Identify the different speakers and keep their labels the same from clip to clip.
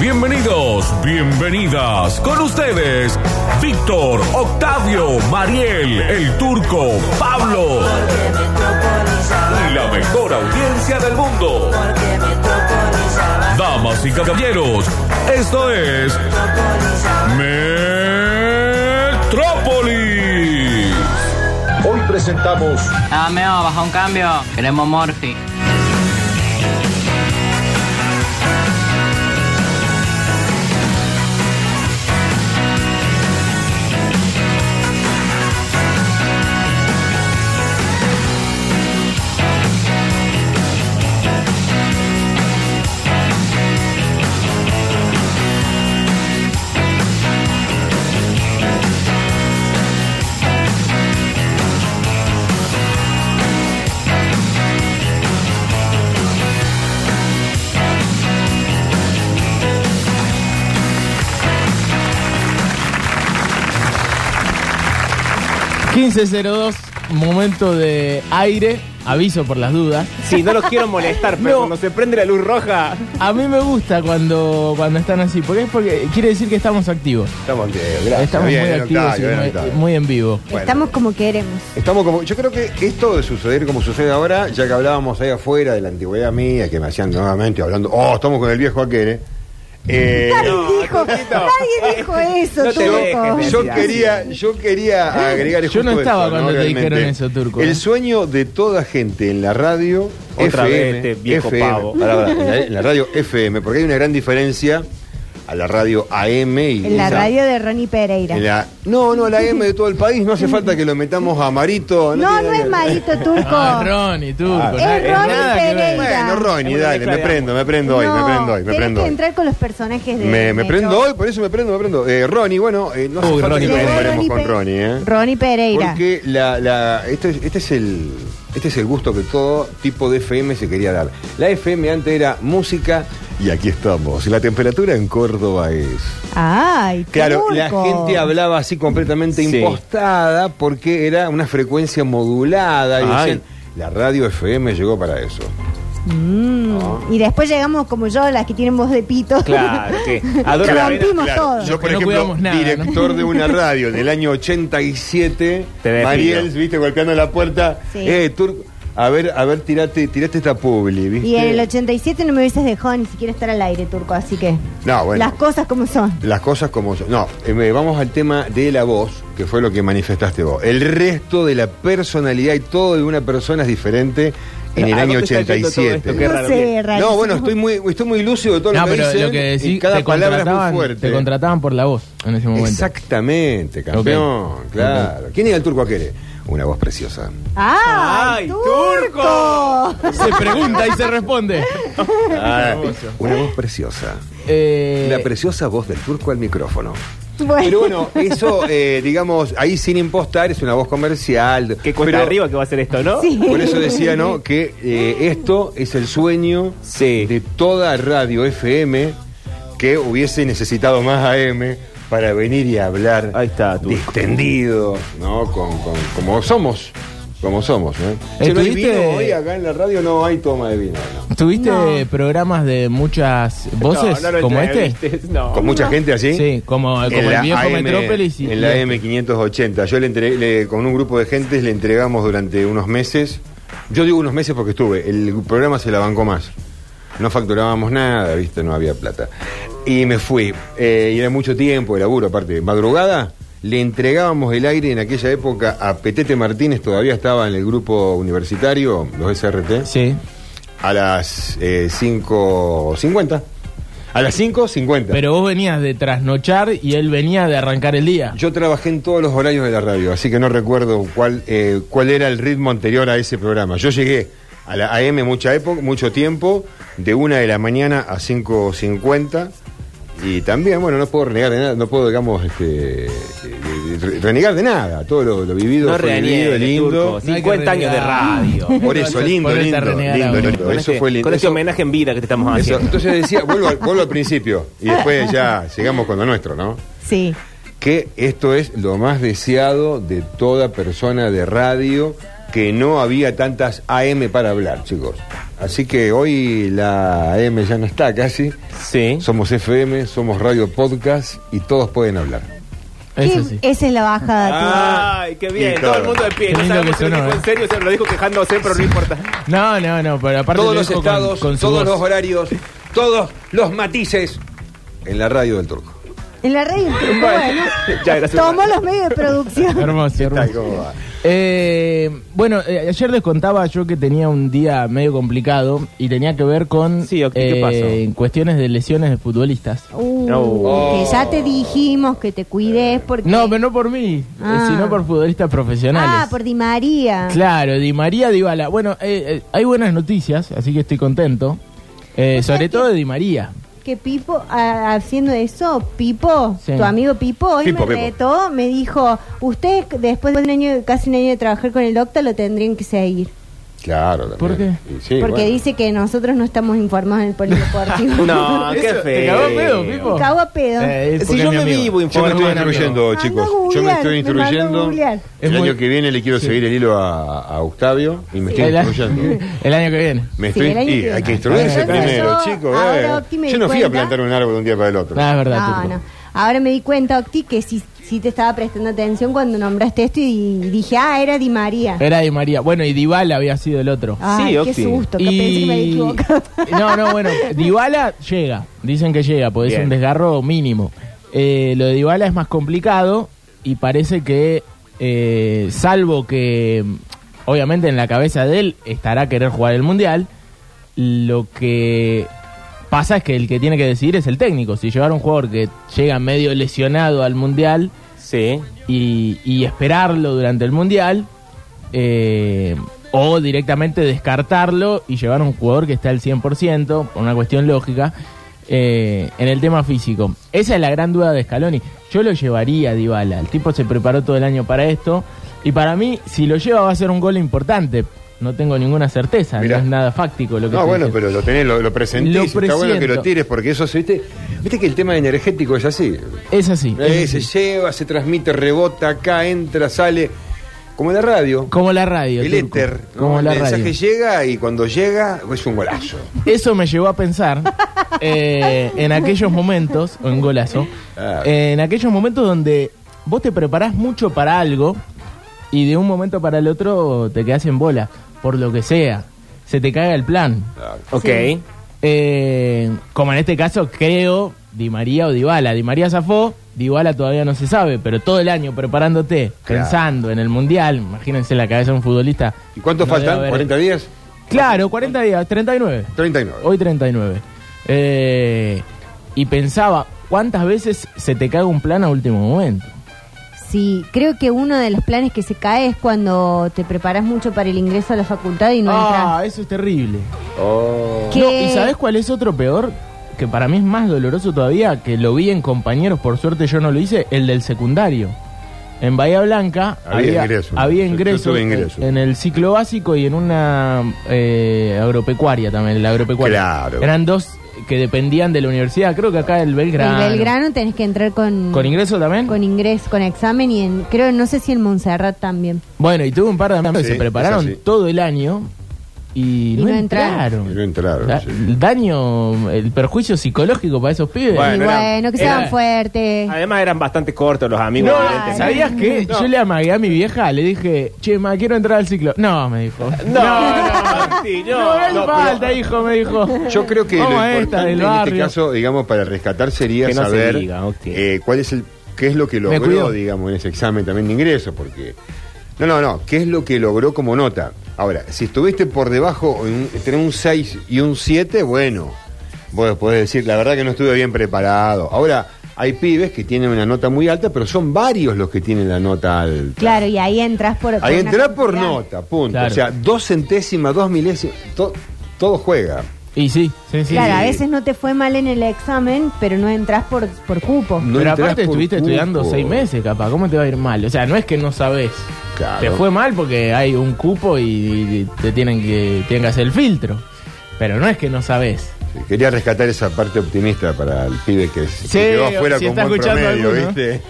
Speaker 1: Bienvenidos, bienvenidas. Con ustedes, Víctor, Octavio, Mariel, el turco, Pablo. Y la mejor audiencia del mundo. Damas y caballeros, esto es Metrópolis.
Speaker 2: Hoy presentamos
Speaker 3: Dame, Ah, baja un cambio. Queremos Morphy.
Speaker 4: momento de aire, aviso por las dudas.
Speaker 5: Sí, no los quiero molestar, pero
Speaker 4: No.
Speaker 5: cuando se prende la luz roja,
Speaker 4: A mí me gusta cuando, cuando están así, porque es porque quiere decir que estamos activos.
Speaker 6: Estamos activos, gracias.
Speaker 4: estamos
Speaker 6: Bien,
Speaker 4: muy
Speaker 6: bien,
Speaker 4: activos
Speaker 6: Octavio,
Speaker 4: y
Speaker 6: bien,
Speaker 4: muy-
Speaker 6: Octavio.
Speaker 4: muy en vivo.
Speaker 6: Bueno.
Speaker 7: Estamos como queremos.
Speaker 6: Estamos como, yo creo que esto de suceder como sucede ahora, ya que hablábamos ahí afuera de la antigüedad mía, que me hacían nuevamente hablando, oh, estamos con el viejo aquel, ¿eh? Eh,
Speaker 7: Dijo, nadie dijo eso,
Speaker 5: No te
Speaker 7: turco.
Speaker 5: dejes,
Speaker 6: yo quería, yo quería agregar
Speaker 4: Eh, Yo no
Speaker 6: justo
Speaker 4: estaba cuando te
Speaker 6: Realmente,
Speaker 4: dijeron eso, Turco. ¿eh?
Speaker 6: El sueño de toda gente en la radio
Speaker 5: Otra
Speaker 6: FM,
Speaker 5: vez este viejo
Speaker 6: FM,
Speaker 5: pavo.
Speaker 6: pará, pará, en la- en la radio FM, porque hay una gran diferencia a la radio AM y
Speaker 7: En la
Speaker 6: esa-
Speaker 7: radio de Ronnie Pereira.
Speaker 6: en la- no, no, la AM de todo el país, no hace falta que lo metamos a Marito. tiene
Speaker 7: No, no
Speaker 6: nada
Speaker 7: es
Speaker 6: que-
Speaker 7: marito turco.
Speaker 4: Ah, Ronnie, tú.
Speaker 6: Ah,
Speaker 4: con-
Speaker 7: es Ronnie
Speaker 4: nada que ver.
Speaker 7: Pereira.
Speaker 6: Bueno, Ronnie,
Speaker 5: Es una
Speaker 6: dale,
Speaker 5: mezcla
Speaker 6: me
Speaker 5: de
Speaker 6: prendo, me prendo hoy, me
Speaker 7: No,
Speaker 6: prendo hoy, me
Speaker 7: tenés
Speaker 6: prendo
Speaker 7: que
Speaker 6: hoy.
Speaker 7: entrar con los personajes de.
Speaker 6: Me, me
Speaker 7: Metro.
Speaker 6: prendo hoy, por eso me prendo, me prendo. Eh, Ronnie, bueno, eh, no hace
Speaker 4: Uy,
Speaker 6: falta
Speaker 4: Ronnie
Speaker 6: que
Speaker 7: Llegó
Speaker 4: Pereira.
Speaker 6: comparemos con
Speaker 7: Pe-
Speaker 6: Ronnie, ¿eh?
Speaker 7: Ronnie Pereira.
Speaker 6: Porque la, la, este, es- este, es el, este es el gusto que todo tipo de FM se quería dar. La FM antes era música y aquí estamos. La temperatura en Córdoba es...
Speaker 7: Ay,
Speaker 6: Claro,
Speaker 7: turco.
Speaker 6: la gente hablaba así completamente
Speaker 5: Sí.
Speaker 6: impostada porque era una frecuencia modulada. Y
Speaker 5: Ay.
Speaker 6: decían, la radio FM llegó para eso.
Speaker 7: Mm,
Speaker 6: Ah.
Speaker 7: Y después llegamos como yo, las que tienen voz de pito.
Speaker 5: claro, que
Speaker 7: Te
Speaker 5: adora la arena.
Speaker 7: rompimos
Speaker 6: Claro,
Speaker 7: todo.
Speaker 6: Yo, por
Speaker 4: No
Speaker 6: ejemplo,
Speaker 4: cuidamos nada,
Speaker 6: director de una radio en el año 87,
Speaker 5: Te despido.
Speaker 6: Mariel, viste, golpeando la puerta.
Speaker 7: Sí.
Speaker 6: Eh, Turco, a ver, a ver, tirate, tirate esta publi, ¿viste?
Speaker 7: Y en el 87 no me hubieses dejado ni siquiera estar al aire, turco, así que.
Speaker 6: No, bueno.
Speaker 7: Las cosas como son.
Speaker 6: Las cosas como son. No, eh, vamos al tema de la voz, que fue lo que manifestaste vos. El resto de la personalidad y todo de una persona es diferente en el
Speaker 5: ¿A
Speaker 6: año
Speaker 5: dónde está yendo todo
Speaker 6: 87.
Speaker 5: esto? Qué
Speaker 7: no
Speaker 5: raro que-
Speaker 7: sé, rarísimo.
Speaker 6: No, bueno, estoy muy, estoy muy lúcido de todo
Speaker 4: No,
Speaker 6: lo que
Speaker 4: pero
Speaker 6: dicen
Speaker 4: lo que
Speaker 6: y
Speaker 4: decís,
Speaker 6: cada
Speaker 4: te
Speaker 6: palabra es muy
Speaker 4: contrataban,
Speaker 6: fuerte.
Speaker 4: te contrataban por la voz en ese momento.
Speaker 6: Exactamente, campeón,
Speaker 4: Ok.
Speaker 6: claro. ¿Quién era el turco aquere? Una voz preciosa.
Speaker 7: ¡Ay,
Speaker 5: ¡Ay,
Speaker 7: turco!
Speaker 4: Se pregunta y se responde.
Speaker 6: Ah, una voz preciosa.
Speaker 4: Eh,
Speaker 6: La preciosa voz del turco al micrófono.
Speaker 7: Bueno.
Speaker 6: Pero bueno, eso, eh, digamos, ahí sin impostar es una voz comercial.
Speaker 5: Qué cuesta
Speaker 6: Pero
Speaker 5: arriba que va a ser esto, ¿no?
Speaker 7: Sí.
Speaker 6: Por eso decía, ¿no? Que eh, esto es el sueño
Speaker 5: Sí.
Speaker 6: de toda radio FM que hubiese necesitado más AM para venir y hablar
Speaker 5: Ahí está, turco.
Speaker 6: distendido, ¿no? Con, con- como somos, como somos, ¿eh?
Speaker 4: Eh,
Speaker 6: Che, no hay
Speaker 4: tuviste-
Speaker 6: vino hoy acá en la radio, no hay toma de vino. no.
Speaker 4: ¿Tuviste
Speaker 7: No.
Speaker 4: programas de muchas voces
Speaker 5: No, no lo
Speaker 4: como este?
Speaker 5: entrevistes, No.
Speaker 6: Con mucha gente allí.
Speaker 4: Sí, como, como
Speaker 6: En
Speaker 4: el
Speaker 6: la
Speaker 4: viejo
Speaker 6: AM
Speaker 4: Metrópolis. y-
Speaker 6: En la M580. Yo le entre- le- con un grupo de gentes le entregamos durante unos meses. Yo digo unos meses porque estuve. El programa se la bancó más. No facturábamos nada, ¿viste? No había plata. Y me fui. Eh, y era mucho tiempo de laburo, aparte. Madrugada, le entregábamos el aire en aquella época a Petete Martínez, todavía estaba en el grupo universitario, los SRT
Speaker 4: Sí,
Speaker 6: a las eh, 5.50. A las 5.50.
Speaker 4: pero vos venías de trasnochar y él venía de arrancar el día.
Speaker 6: Yo trabajé en todos los horarios de la radio, así que no recuerdo cuál, eh, cuál era el ritmo anterior a ese programa. Yo llegué a la AM mucha época, mucho tiempo, de una de la mañana a 5.50. Y también, bueno, no puedo renegar de nada, no puedo, digamos, este, eh, re- renegar de nada. Todo lo, lo vivido,
Speaker 5: No
Speaker 6: fue vivido,
Speaker 5: reniegues,
Speaker 6: lindo.
Speaker 5: turco. 50 años de radio.
Speaker 6: Por eso, lindo,
Speaker 4: Ponete a
Speaker 6: lindo,
Speaker 4: renegar
Speaker 6: lindo,
Speaker 4: ahora.
Speaker 6: lindo.
Speaker 5: Con
Speaker 6: Eso
Speaker 5: este-
Speaker 6: fue lindo.
Speaker 5: Con este
Speaker 6: Eso-
Speaker 5: homenaje en vida que te estamos
Speaker 6: Eso,
Speaker 5: haciendo.
Speaker 6: entonces decía, vuelvo al, vuelvo al principio y después ya sigamos con lo nuestro, ¿no?
Speaker 7: Sí.
Speaker 6: Que esto es lo más deseado de toda persona de radio que no había tantas AM para hablar, chicos. Así que hoy la AM ya no está casi.
Speaker 5: Sí.
Speaker 6: Somos FM, somos Radio Podcast y todos pueden hablar.
Speaker 4: Eso
Speaker 7: ¿Qué?
Speaker 4: sí.
Speaker 7: Esa es la bajada.
Speaker 5: Ay, qué bien.
Speaker 6: Y
Speaker 5: Todo el
Speaker 6: claro.
Speaker 5: mundo de pie.
Speaker 4: Qué
Speaker 5: No
Speaker 4: lindo
Speaker 5: sabemos
Speaker 4: que
Speaker 5: si lo
Speaker 4: sonó,
Speaker 5: dijo en
Speaker 4: eh.
Speaker 5: serio, se lo dijo quejándose, pero no importa.
Speaker 4: No, no, no, pero aparte
Speaker 6: todos
Speaker 4: lo
Speaker 6: los
Speaker 4: dejo con-
Speaker 6: estados,
Speaker 4: con su
Speaker 6: todos
Speaker 4: voz.
Speaker 6: los horarios, todos los matices en la radio del turco.
Speaker 7: tío. En la radio.
Speaker 5: Bueno, ya,
Speaker 7: Bueno,
Speaker 5: gracias.
Speaker 7: tomó los medios de producción.
Speaker 4: Hermoso, hermoso. Eh, bueno, eh, ayer les contaba yo que tenía un día medio complicado y tenía que ver con eh,
Speaker 5: Sí, Octi, ¿qué pasó?
Speaker 4: cuestiones de lesiones de futbolistas.
Speaker 7: Uh,
Speaker 5: No.
Speaker 7: Que ya te dijimos que te cuides porque.
Speaker 4: No, pero no por mí, eh,
Speaker 7: Ah.
Speaker 4: sino por futbolistas profesionales.
Speaker 7: Ah, por Di María.
Speaker 4: Claro, Di María Dybala. Bueno, eh, eh, hay buenas noticias, así que estoy contento. Eh,
Speaker 7: O sea
Speaker 4: sobre
Speaker 7: que-
Speaker 4: todo de Di María.
Speaker 7: Que Pipo, a- haciendo eso, Pipo,
Speaker 4: Sí.
Speaker 7: tu amigo Pipo, hoy
Speaker 6: Pipo,
Speaker 7: me
Speaker 6: Pipo.
Speaker 7: retó, me dijo: Usted, después de un año, casi un año de trabajar con el doctor, lo tendrían que seguir.
Speaker 6: Claro, también.
Speaker 4: ¿Por qué?
Speaker 6: Y sí,
Speaker 7: porque
Speaker 6: bueno.
Speaker 7: dice que nosotros no estamos informados en el polideportivo.
Speaker 5: No, qué
Speaker 4: Eso,
Speaker 5: feo.
Speaker 4: te cagó pedo, Pipo.
Speaker 7: Me cago a pedo.
Speaker 4: Eh, porque
Speaker 5: Si
Speaker 4: es
Speaker 5: yo
Speaker 4: mi
Speaker 5: me
Speaker 4: amigo.
Speaker 5: vivo
Speaker 6: Yo me
Speaker 5: informando.
Speaker 6: estoy
Speaker 4: Bueno,
Speaker 6: instruyendo,
Speaker 7: amigo.
Speaker 6: chicos.
Speaker 7: Mandó a
Speaker 6: Yo me
Speaker 7: googlear,
Speaker 6: estoy
Speaker 7: me mandó a
Speaker 6: instruyendo.
Speaker 7: googlear.
Speaker 4: Es
Speaker 6: El
Speaker 4: muy-
Speaker 6: año que viene le quiero seguir el hilo a, a Octavio y me estoy
Speaker 4: El,
Speaker 6: instruyendo.
Speaker 4: el año que viene.
Speaker 6: Me
Speaker 7: Sí,
Speaker 6: estoy,
Speaker 7: el
Speaker 6: y
Speaker 7: año que
Speaker 6: hay que
Speaker 7: viene.
Speaker 6: instruirse
Speaker 4: Ahora
Speaker 6: primero,
Speaker 7: yo-
Speaker 6: chicos.
Speaker 7: ahora
Speaker 6: eh.
Speaker 7: Octi me
Speaker 6: Yo
Speaker 7: di
Speaker 6: no fui a
Speaker 7: cuenta.
Speaker 6: plantar un árbol de un día para el otro.
Speaker 4: No, es verdad.
Speaker 7: No,
Speaker 4: Turco.
Speaker 7: no. Ahora me di cuenta, Octi, que sí, sí te estaba prestando atención cuando nombraste esto y dije, ah, era Di María.
Speaker 4: Era Di María. Bueno, y Dybala había sido el otro.
Speaker 7: Ay,
Speaker 5: Sí,
Speaker 7: qué
Speaker 5: Octi.
Speaker 7: susto, que
Speaker 4: Y-
Speaker 7: pensé que me había equivocado.
Speaker 4: No, no, bueno, Dybala llega. Dicen que llega, porque es
Speaker 5: Bien.
Speaker 4: un desgarro mínimo. Eh, lo de Dybala es más complicado y parece que, eh, salvo que, obviamente en la cabeza de él estará querer jugar el Mundial, lo que pasa es que el que tiene que decidir es el técnico. Si llevar a un jugador que llega medio lesionado al Mundial
Speaker 5: Sí.
Speaker 4: y, y esperarlo durante el Mundial, eh, o directamente descartarlo y llevar a un jugador que está al 100%, por una cuestión lógica, eh, en el tema físico. Esa es la gran duda de Scaloni. Yo lo llevaría a Dybala, el tipo se preparó todo el año para esto, y para mí, si lo lleva va a ser un gol importante. No tengo ninguna certeza,
Speaker 6: Mirá.
Speaker 4: no es nada fáctico lo que
Speaker 6: No,
Speaker 4: estoy
Speaker 6: bueno,
Speaker 4: diciendo.
Speaker 6: pero lo tenés, lo, lo presentís.
Speaker 4: Lo
Speaker 6: está bueno que lo
Speaker 4: presiento.
Speaker 6: tires porque eso, se- ¿viste? Viste que el tema energético es así.
Speaker 4: Es así. es
Speaker 6: Eh, se
Speaker 4: así.
Speaker 6: lleva, se transmite, rebota, acá entra, sale. Como la radio.
Speaker 4: Como la radio.
Speaker 6: el
Speaker 4: Turco.
Speaker 6: éter. ¿no?
Speaker 4: Como
Speaker 6: el
Speaker 4: la
Speaker 6: mensaje
Speaker 4: radio.
Speaker 6: llega y cuando llega es un golazo.
Speaker 4: Eso me llevó a pensar eh, en aquellos momentos, o en golazo, eh,
Speaker 6: Claro.
Speaker 4: en aquellos momentos donde vos te preparás mucho para algo y de un momento para el otro te quedás en bola, por lo que sea. Se te caga el plan.
Speaker 5: Ok.
Speaker 4: Eh, como en este caso, creo, Di María o Dybala. Di María zafó, Dybala todavía no se sabe, pero todo el año preparándote,
Speaker 6: Claro.
Speaker 4: pensando en el Mundial, imagínense la cabeza de un futbolista.
Speaker 6: ¿Y cuántos
Speaker 4: No debe
Speaker 6: faltan?
Speaker 4: haber-
Speaker 6: ¿40 días?
Speaker 4: Claro, 40 días, 39.
Speaker 6: 39.
Speaker 4: Hoy 39. Eh, y pensaba, ¿cuántas veces se te caga un plan a último momento?
Speaker 7: Sí, creo que uno de los planes que se cae es cuando te preparas mucho para el ingreso a la facultad y no
Speaker 4: ah, eso es terrible.
Speaker 6: Oh.
Speaker 7: entras. Que-
Speaker 4: No, ¿Y sabes cuál es otro peor? Que para mí es más doloroso todavía, que lo vi en compañeros, por suerte yo no lo hice, el del secundario. En Bahía Blanca
Speaker 6: Había
Speaker 4: había,
Speaker 6: ingreso.
Speaker 4: había
Speaker 6: Yo- yo
Speaker 4: ingreso
Speaker 6: tuve
Speaker 4: en-
Speaker 6: ingreso.
Speaker 4: En, el ciclo básico y en una eh, agropecuaria también, la agropecuaria.
Speaker 6: Claro.
Speaker 4: Eran dos que dependían de la universidad, creo que acá el Belgrano.
Speaker 7: En Belgrano tenés que entrar con,
Speaker 4: ¿Con ingreso también?
Speaker 7: con ingreso, con examen y en, creo, no sé si en Montserrat también.
Speaker 4: Bueno, y tuve un par de amigos
Speaker 6: Sí,
Speaker 4: que se prepararon
Speaker 6: es así.
Speaker 4: todo el año y,
Speaker 7: Y
Speaker 4: no,
Speaker 7: no entraron.
Speaker 4: entraron.
Speaker 6: Y no entraron,
Speaker 4: Da-
Speaker 6: sí.
Speaker 4: El daño, el perjuicio psicológico para esos pibes.
Speaker 7: y
Speaker 5: Bueno,
Speaker 7: bueno,
Speaker 5: era-
Speaker 7: que
Speaker 5: era-
Speaker 7: sean fuertes.
Speaker 5: Además eran bastante cortos los amigos.
Speaker 4: No,
Speaker 5: evidentemente.
Speaker 4: ¿sabías qué?
Speaker 5: No.
Speaker 4: Yo le amagué a mi vieja, le dije, che, ma, quiero entrar al ciclo. No, me dijo.
Speaker 5: No, no, sí, no,
Speaker 4: no, hay
Speaker 5: no, pero-
Speaker 4: falta, hijo, me dijo.
Speaker 6: Yo creo que lo
Speaker 4: Vamos a
Speaker 6: importante
Speaker 4: esta del
Speaker 6: en este
Speaker 4: barrio.
Speaker 6: caso, digamos, para rescatar sería
Speaker 5: Que no se
Speaker 6: saber
Speaker 5: diga, ok.
Speaker 6: eh, cuál es el, qué es lo que
Speaker 4: Me
Speaker 6: logró,
Speaker 4: cuido.
Speaker 6: digamos, en ese examen también de ingreso, porque no, no, no, qué es lo que logró como nota. Ahora, si estuviste por debajo, en un- tener un 6 y un 7, bueno, vos podés decir, la verdad que no estuve bien preparado. Ahora, hay pibes que tienen una nota muy alta, pero son varios los que tienen la nota alta.
Speaker 7: Claro, y ahí entras por. por
Speaker 6: Ahí
Speaker 7: una
Speaker 6: entra por
Speaker 7: cantidad.
Speaker 6: nota, punto.
Speaker 4: Claro.
Speaker 6: O sea, dos centésimas, dos milésimas, to- todo juega.
Speaker 4: Y sí, sí, sí.
Speaker 7: Claro, a
Speaker 6: Sí.
Speaker 7: veces no te fue mal en el examen, pero no entras por, por cupo.
Speaker 6: No
Speaker 4: Pero
Speaker 6: entrás
Speaker 4: aparte
Speaker 6: por
Speaker 4: estuviste
Speaker 6: cupo.
Speaker 4: estudiando seis meses, capaz. ¿Cómo te va a ir mal? O sea, no es que no sabes.
Speaker 6: Claro.
Speaker 4: Te fue mal porque hay un cupo y, y te tienen que, tienen que hacer el filtro. Pero no es que no sabes.
Speaker 6: Quería rescatar esa parte optimista para el pibe que
Speaker 4: Sí,
Speaker 6: se quedó afuera
Speaker 4: si
Speaker 6: con
Speaker 4: está
Speaker 6: buen
Speaker 4: escuchando
Speaker 6: promedio,
Speaker 4: alguno.
Speaker 6: ¿viste?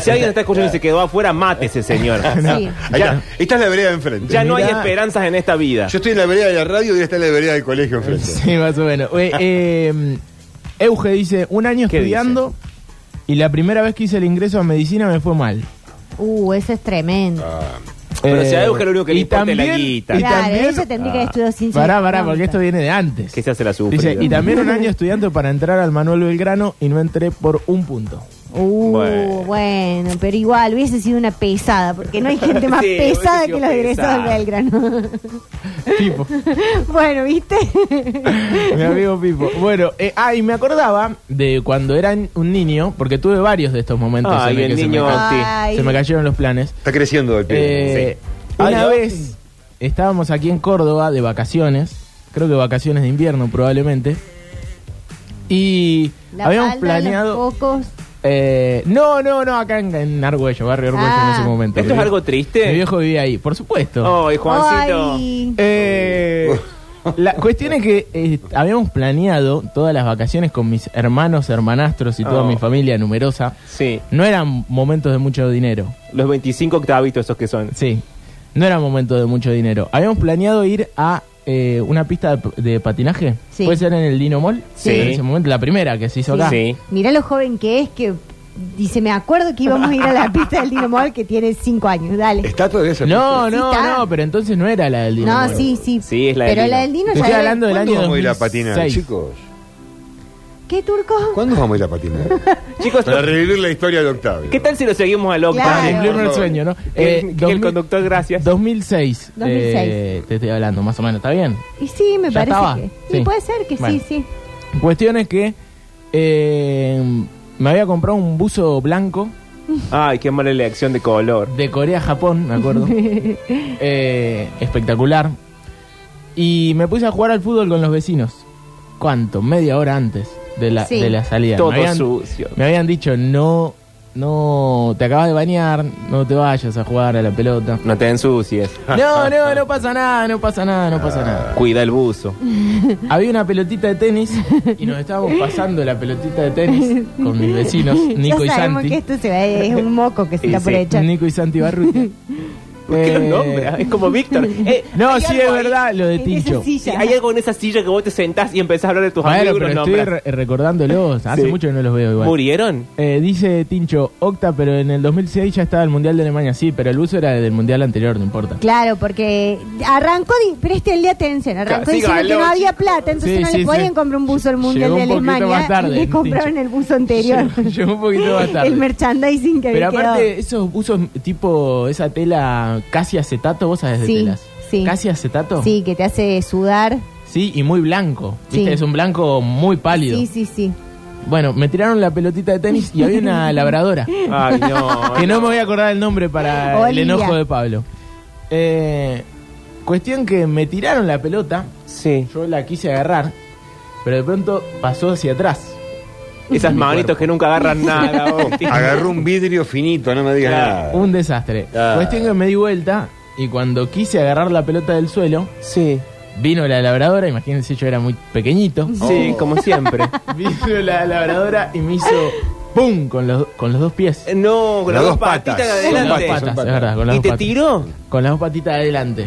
Speaker 5: Si alguien está escuchando y se quedó afuera, mátese, señor.
Speaker 7: Sí.
Speaker 6: Ahí
Speaker 5: Ya.
Speaker 6: está. Esta es la vereda de enfrente.
Speaker 5: Ya no hay
Speaker 4: Mirá.
Speaker 5: esperanzas en esta vida.
Speaker 6: Yo estoy en la vereda de la radio y está en la vereda del colegio enfrente.
Speaker 4: Sí, más o menos. Eh, eh, Euge dice, un año
Speaker 5: ¿Qué
Speaker 4: estudiando y la primera vez que hice el ingreso a medicina me fue mal.
Speaker 7: Uh, eso es tremendo.
Speaker 6: Ah,
Speaker 5: Pero
Speaker 4: Eh,
Speaker 5: si a Euge lo único que le
Speaker 4: y
Speaker 5: importa es la
Speaker 4: también-
Speaker 5: guita.
Speaker 4: y
Speaker 7: claro,
Speaker 4: también-
Speaker 7: ella tendría que estudiar ciencia.
Speaker 4: Pará, pará, porque esto viene de antes.
Speaker 5: Que se hace la sufrida.
Speaker 4: Dice, y también un año estudiando para entrar al Manuel Belgrano y no entré por un punto.
Speaker 7: Uh,
Speaker 5: Bueno.
Speaker 7: bueno. pero igual hubiese sido una pesada, porque no hay gente más
Speaker 5: Sí, hubiese
Speaker 7: pesada que
Speaker 5: sido
Speaker 7: los egresados
Speaker 5: pesada.
Speaker 7: del Belgrano.
Speaker 4: Pipo,
Speaker 7: bueno, ¿viste?
Speaker 4: mi amigo Pipo. Bueno, eh, ah, y me acordaba de cuando era un niño, porque tuve varios de estos momentos
Speaker 5: Ay,
Speaker 4: en el
Speaker 5: el
Speaker 4: que se me
Speaker 5: niño.
Speaker 4: ca-
Speaker 5: sí.
Speaker 4: se me,
Speaker 7: Ay.
Speaker 4: cayeron los planes.
Speaker 6: está creciendo el pibe.
Speaker 4: Eh,
Speaker 5: Sí. Ay,
Speaker 4: Una
Speaker 5: no.
Speaker 4: vez estábamos aquí en Córdoba de vacaciones, creo que vacaciones de invierno probablemente, y
Speaker 7: La
Speaker 4: habíamos
Speaker 7: falda, los
Speaker 4: planeado...
Speaker 7: cocos.
Speaker 4: eh, no, no, no, acá en, en Argüello, barrio Argüello en
Speaker 7: Ah.
Speaker 4: ese momento.
Speaker 5: ¿Esto es
Speaker 4: Mi-
Speaker 5: algo Oh. triste?
Speaker 4: Mi viejo vivía ahí, por supuesto.
Speaker 5: Ay, Juancito.
Speaker 7: Ay.
Speaker 4: Eh, la cuestión es que eh, habíamos planeado todas las vacaciones con mis hermanos, hermanastros y toda
Speaker 5: Oh.
Speaker 4: mi familia numerosa.
Speaker 5: Sí,
Speaker 4: No eran momentos de mucho dinero.
Speaker 5: los 25 octavitos esos que son.
Speaker 4: Sí, no eran momentos de mucho dinero. Habíamos planeado ir a eh, una pista de, de patinaje.
Speaker 7: Sí.
Speaker 4: Puede ser en el Dino Mall.
Speaker 5: Sí.
Speaker 4: En ese momento, la primera que se hizo acá.
Speaker 5: Sí.
Speaker 7: Mirá lo joven que es que dice, me acuerdo que íbamos a ir a la pista del Dino Mall que tiene cinco años, dale.
Speaker 6: ¿Está todavía esa
Speaker 4: No,
Speaker 7: Sí,
Speaker 4: no,
Speaker 7: está.
Speaker 4: no, pero entonces no era la del Dino
Speaker 7: No,
Speaker 4: Mall.
Speaker 7: sí, sí.
Speaker 5: Sí, es la del
Speaker 7: Pero
Speaker 5: Dino.
Speaker 7: la del Dino
Speaker 4: Te
Speaker 7: ya
Speaker 4: estoy
Speaker 7: era-
Speaker 4: hablando del
Speaker 6: ¿Cuándo
Speaker 4: año
Speaker 6: vamos a ir a patinar,
Speaker 4: 2006.
Speaker 6: chicos?
Speaker 7: ¿Qué turco?
Speaker 6: ¿Cuándo vamos a ir a patinar?
Speaker 5: Chicos,
Speaker 6: Para revivir la historia de Octavio.
Speaker 5: ¿qué tal si lo seguimos al octavo?
Speaker 7: Claro.
Speaker 4: Para cumplirme el sueño, ¿no?
Speaker 5: Que-
Speaker 4: Eh,
Speaker 5: que el
Speaker 4: 2000
Speaker 5: conductor, gracias.
Speaker 4: 2006.
Speaker 7: 2006.
Speaker 4: eh, te estoy hablando, más o menos, ¿está bien?
Speaker 7: Y sí, me
Speaker 4: Ya
Speaker 7: parece
Speaker 4: estaba,
Speaker 7: que.
Speaker 4: sí.
Speaker 7: Y puede ser que
Speaker 4: Bueno.
Speaker 7: sí, sí.
Speaker 4: Cuestión es que eh, me había comprado un buzo blanco
Speaker 5: Ay, qué mala elección de color.
Speaker 4: de Corea a Japón, me acuerdo. Eh, espectacular. Y me puse a jugar al fútbol con los vecinos. ¿Cuánto? Media hora antes de la,
Speaker 7: Sí.
Speaker 4: de la salida.
Speaker 5: Todo
Speaker 4: me, habían,
Speaker 5: sucio.
Speaker 4: me habían dicho, no, no, te acabas de bañar, no te vayas a jugar a la pelota.
Speaker 5: No te ensucies.
Speaker 4: No, no, no pasa nada, no pasa nada, no pasa nada.
Speaker 5: Cuida el buzo.
Speaker 4: Había una pelotita de tenis y nos estábamos pasando la pelotita de tenis con mis vecinos, Nico y
Speaker 7: ya sabemos
Speaker 4: Santi.
Speaker 7: que esto se va, es un moco que se
Speaker 5: Y
Speaker 7: está
Speaker 5: sí,
Speaker 7: por echar.
Speaker 4: Nico y Santi Barruti.
Speaker 5: ¿Por qué los
Speaker 4: Eh,
Speaker 5: nombra? Es como Víctor. Eh,
Speaker 4: No,
Speaker 5: hay
Speaker 4: sí,
Speaker 5: algo
Speaker 4: es
Speaker 5: ahí-
Speaker 4: verdad lo de
Speaker 7: En esa
Speaker 4: Tincho.
Speaker 7: silla.
Speaker 5: Sí, hay algo en esa silla que vos te sentás y empezás a hablar de tus
Speaker 4: Bueno,
Speaker 5: amigos y
Speaker 4: pero
Speaker 5: los
Speaker 4: estoy
Speaker 5: nombras.
Speaker 4: re- recordándolos. Hace
Speaker 5: Sí.
Speaker 4: mucho que no los veo igual.
Speaker 5: ¿Murieron?
Speaker 4: Eh, dice Tincho, Octa, pero en el 2006 ya estaba el Mundial de Alemania. Sí, pero el uso era del Mundial anterior, no importa.
Speaker 7: Claro, porque arrancó, di- prestenle atención, arrancó
Speaker 5: Claro, sí,
Speaker 7: diciendo que
Speaker 5: galó,
Speaker 7: no había
Speaker 5: chico.
Speaker 7: plata, entonces
Speaker 4: Sí,
Speaker 7: no
Speaker 4: sí,
Speaker 7: le podían
Speaker 4: sí.
Speaker 7: comprar un buzo al
Speaker 4: Llegó
Speaker 7: Mundial
Speaker 4: un
Speaker 7: de
Speaker 4: poquito
Speaker 7: Alemania
Speaker 4: más tarde,
Speaker 7: y le compraron
Speaker 4: Tincho.
Speaker 7: el buzo anterior.
Speaker 4: Llegó- llegó un poquito más tarde.
Speaker 7: el merchandising que
Speaker 4: Pero
Speaker 7: había quedado.
Speaker 4: aparte, esos usos tipo esa tela casi acetato, vos sabés de
Speaker 7: Sí,
Speaker 4: telas.
Speaker 7: sí.
Speaker 4: Casi acetato.
Speaker 7: Sí, que te hace sudar.
Speaker 4: Sí, y muy blanco. ¿viste?
Speaker 7: Sí.
Speaker 4: Es un blanco muy pálido.
Speaker 7: Sí, sí, sí.
Speaker 4: Bueno, me tiraron la pelotita de tenis y había una labradora.
Speaker 5: Ay, no.
Speaker 4: que no me voy a acordar el nombre para
Speaker 7: Olivia.
Speaker 4: el enojo de Pablo. Eh, cuestión que me tiraron la pelota,
Speaker 5: Sí.
Speaker 4: yo la quise agarrar, pero de pronto pasó hacia atrás.
Speaker 5: Esas manitos que nunca agarran nada. vos.
Speaker 6: Agarró un vidrio finito, no me digas
Speaker 5: Claro.
Speaker 6: nada.
Speaker 4: Un desastre.
Speaker 6: Ah.
Speaker 4: Cuestión que me di vuelta y cuando quise agarrar la pelota del suelo,
Speaker 5: Sí.
Speaker 4: vino la labradora, imagínense yo era muy pequeñito.
Speaker 5: Sí, como siempre.
Speaker 4: Vino la labradora y me hizo ¡pum! con los, con los dos pies.
Speaker 5: Eh, No, con las dos patitas de
Speaker 6: Con las
Speaker 4: Con las
Speaker 5: adelante.
Speaker 4: patas, es verdad, con las
Speaker 5: ¿Y
Speaker 4: dos
Speaker 5: te
Speaker 4: patas.
Speaker 5: tiró?
Speaker 4: Con las dos patitas adelante.